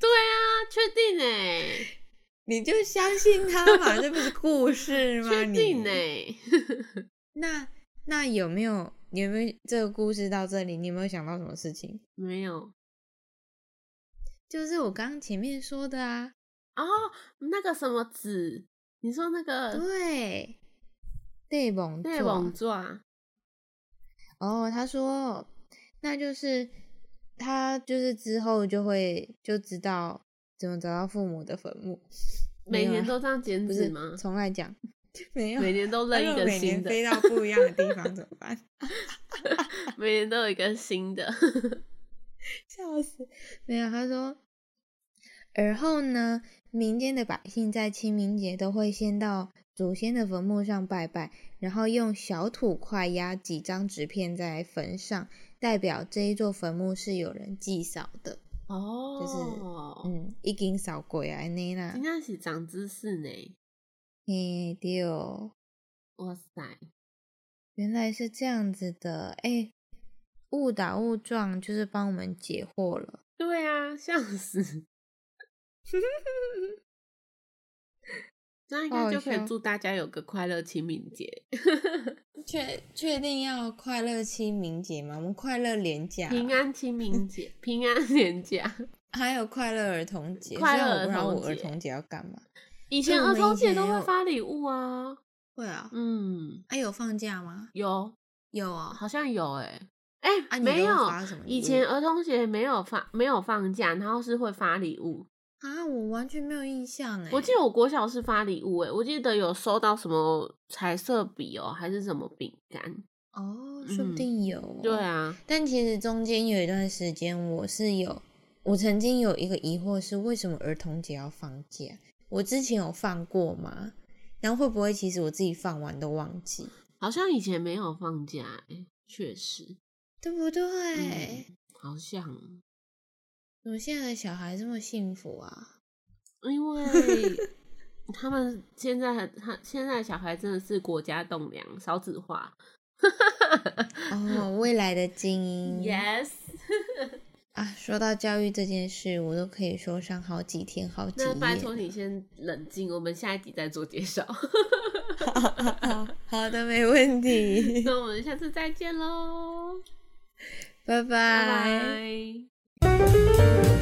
[SPEAKER 1] 对啊，确定哎、
[SPEAKER 2] 你就相信他嘛？这不是故事
[SPEAKER 1] 确定欸呢、
[SPEAKER 2] 那那有没有你有没有这个故事到这里？你有没有想到什么事情？
[SPEAKER 1] 没有
[SPEAKER 2] 就是我刚刚前面说的啊，
[SPEAKER 1] 哦，那个什么子，你说那个
[SPEAKER 2] 对，对猛
[SPEAKER 1] 内
[SPEAKER 2] 撞
[SPEAKER 1] 网抓，
[SPEAKER 2] 哦，他说，那就是他就是之后就会就知道怎么找到父母的坟墓，没
[SPEAKER 1] 每
[SPEAKER 2] 有
[SPEAKER 1] 年
[SPEAKER 2] 啦
[SPEAKER 1] 都这样减
[SPEAKER 2] 不
[SPEAKER 1] 脂
[SPEAKER 2] 是
[SPEAKER 1] 吗？
[SPEAKER 2] 重来讲， 没有，啊
[SPEAKER 1] 每年都扔
[SPEAKER 2] 他
[SPEAKER 1] 一
[SPEAKER 2] 如果
[SPEAKER 1] 个
[SPEAKER 2] 每年
[SPEAKER 1] 新的，
[SPEAKER 2] 飞到不一样的地方怎么办？
[SPEAKER 1] 每年都有一个新 的。
[SPEAKER 2] 笑死！没有，他说，而后呢，民间的百姓在清明节都会先到祖先的坟墓上拜拜，然后用小土块压几张纸片在坟上，代表这一座坟墓是有人祭扫的。
[SPEAKER 1] 哦，就是
[SPEAKER 2] 嗯，已经扫过啊，安尼啦
[SPEAKER 1] 今。天是长知识呢，
[SPEAKER 2] 嘿，对哦，
[SPEAKER 1] 哇塞，
[SPEAKER 2] 原来是这样子的。哎、误打误撞就是帮我们解惑了。
[SPEAKER 1] 对啊，笑 死。那应
[SPEAKER 2] 好
[SPEAKER 1] 该
[SPEAKER 2] 好
[SPEAKER 1] 就可以
[SPEAKER 2] 笑
[SPEAKER 1] 祝大家有个快乐清明节，
[SPEAKER 2] 确确定要快乐清明节吗？我们快乐连假，
[SPEAKER 1] 平安清明节，平安年假。
[SPEAKER 2] 还有快乐儿童节。
[SPEAKER 1] 快
[SPEAKER 2] 虽
[SPEAKER 1] 乐
[SPEAKER 2] 然我不知道
[SPEAKER 1] 儿童
[SPEAKER 2] 我儿
[SPEAKER 1] 节
[SPEAKER 2] 童节要干嘛。
[SPEAKER 1] 以前
[SPEAKER 2] 对我
[SPEAKER 1] 儿
[SPEAKER 2] 们
[SPEAKER 1] 童
[SPEAKER 2] 以
[SPEAKER 1] 节
[SPEAKER 2] 前
[SPEAKER 1] 都会
[SPEAKER 2] 有
[SPEAKER 1] 发礼物啊，
[SPEAKER 2] 会啊，
[SPEAKER 1] 嗯，
[SPEAKER 2] 啊有放假吗？
[SPEAKER 1] 有，
[SPEAKER 2] 有啊，
[SPEAKER 1] 好像有哎、哎、
[SPEAKER 2] 啊你
[SPEAKER 1] 没
[SPEAKER 2] 都
[SPEAKER 1] 有
[SPEAKER 2] 发什么，礼
[SPEAKER 1] 以
[SPEAKER 2] 物
[SPEAKER 1] 前儿童节没有发没有放假，然后是会发礼物，
[SPEAKER 2] 啊，我完全没有印象哎。
[SPEAKER 1] 我记得我国小是发礼物诶、我记得有收到什么彩色笔哦、还是什么饼干。
[SPEAKER 2] 哦，说不
[SPEAKER 1] 嗯
[SPEAKER 2] 定有哦、
[SPEAKER 1] 对啊，
[SPEAKER 2] 但其实中间有一段时间，我是有，我曾经有一个疑惑是，为什么儿童节要放假？我之前有放过吗？然后会不会其实我自己放完都忘记，
[SPEAKER 1] 好像以前没有放假诶、确实，
[SPEAKER 2] 对不对？
[SPEAKER 1] 嗯，好像，
[SPEAKER 2] 怎么现在的小孩这么幸福 啊？
[SPEAKER 1] 因为他们现在很他现在小孩真的是国家栋梁，少子化。
[SPEAKER 2] 哦，未来的精 英
[SPEAKER 1] Yes，
[SPEAKER 2] 啊！说到教育这件事，我都可以说上好几天、好几
[SPEAKER 1] 那拜托
[SPEAKER 2] 夜。
[SPEAKER 1] 你先冷静，我们下一集再做介绍。
[SPEAKER 2] 好的，没问 题，
[SPEAKER 1] 那我们下次再见喽，
[SPEAKER 2] 拜
[SPEAKER 1] 拜
[SPEAKER 2] 拜。
[SPEAKER 1] 拜。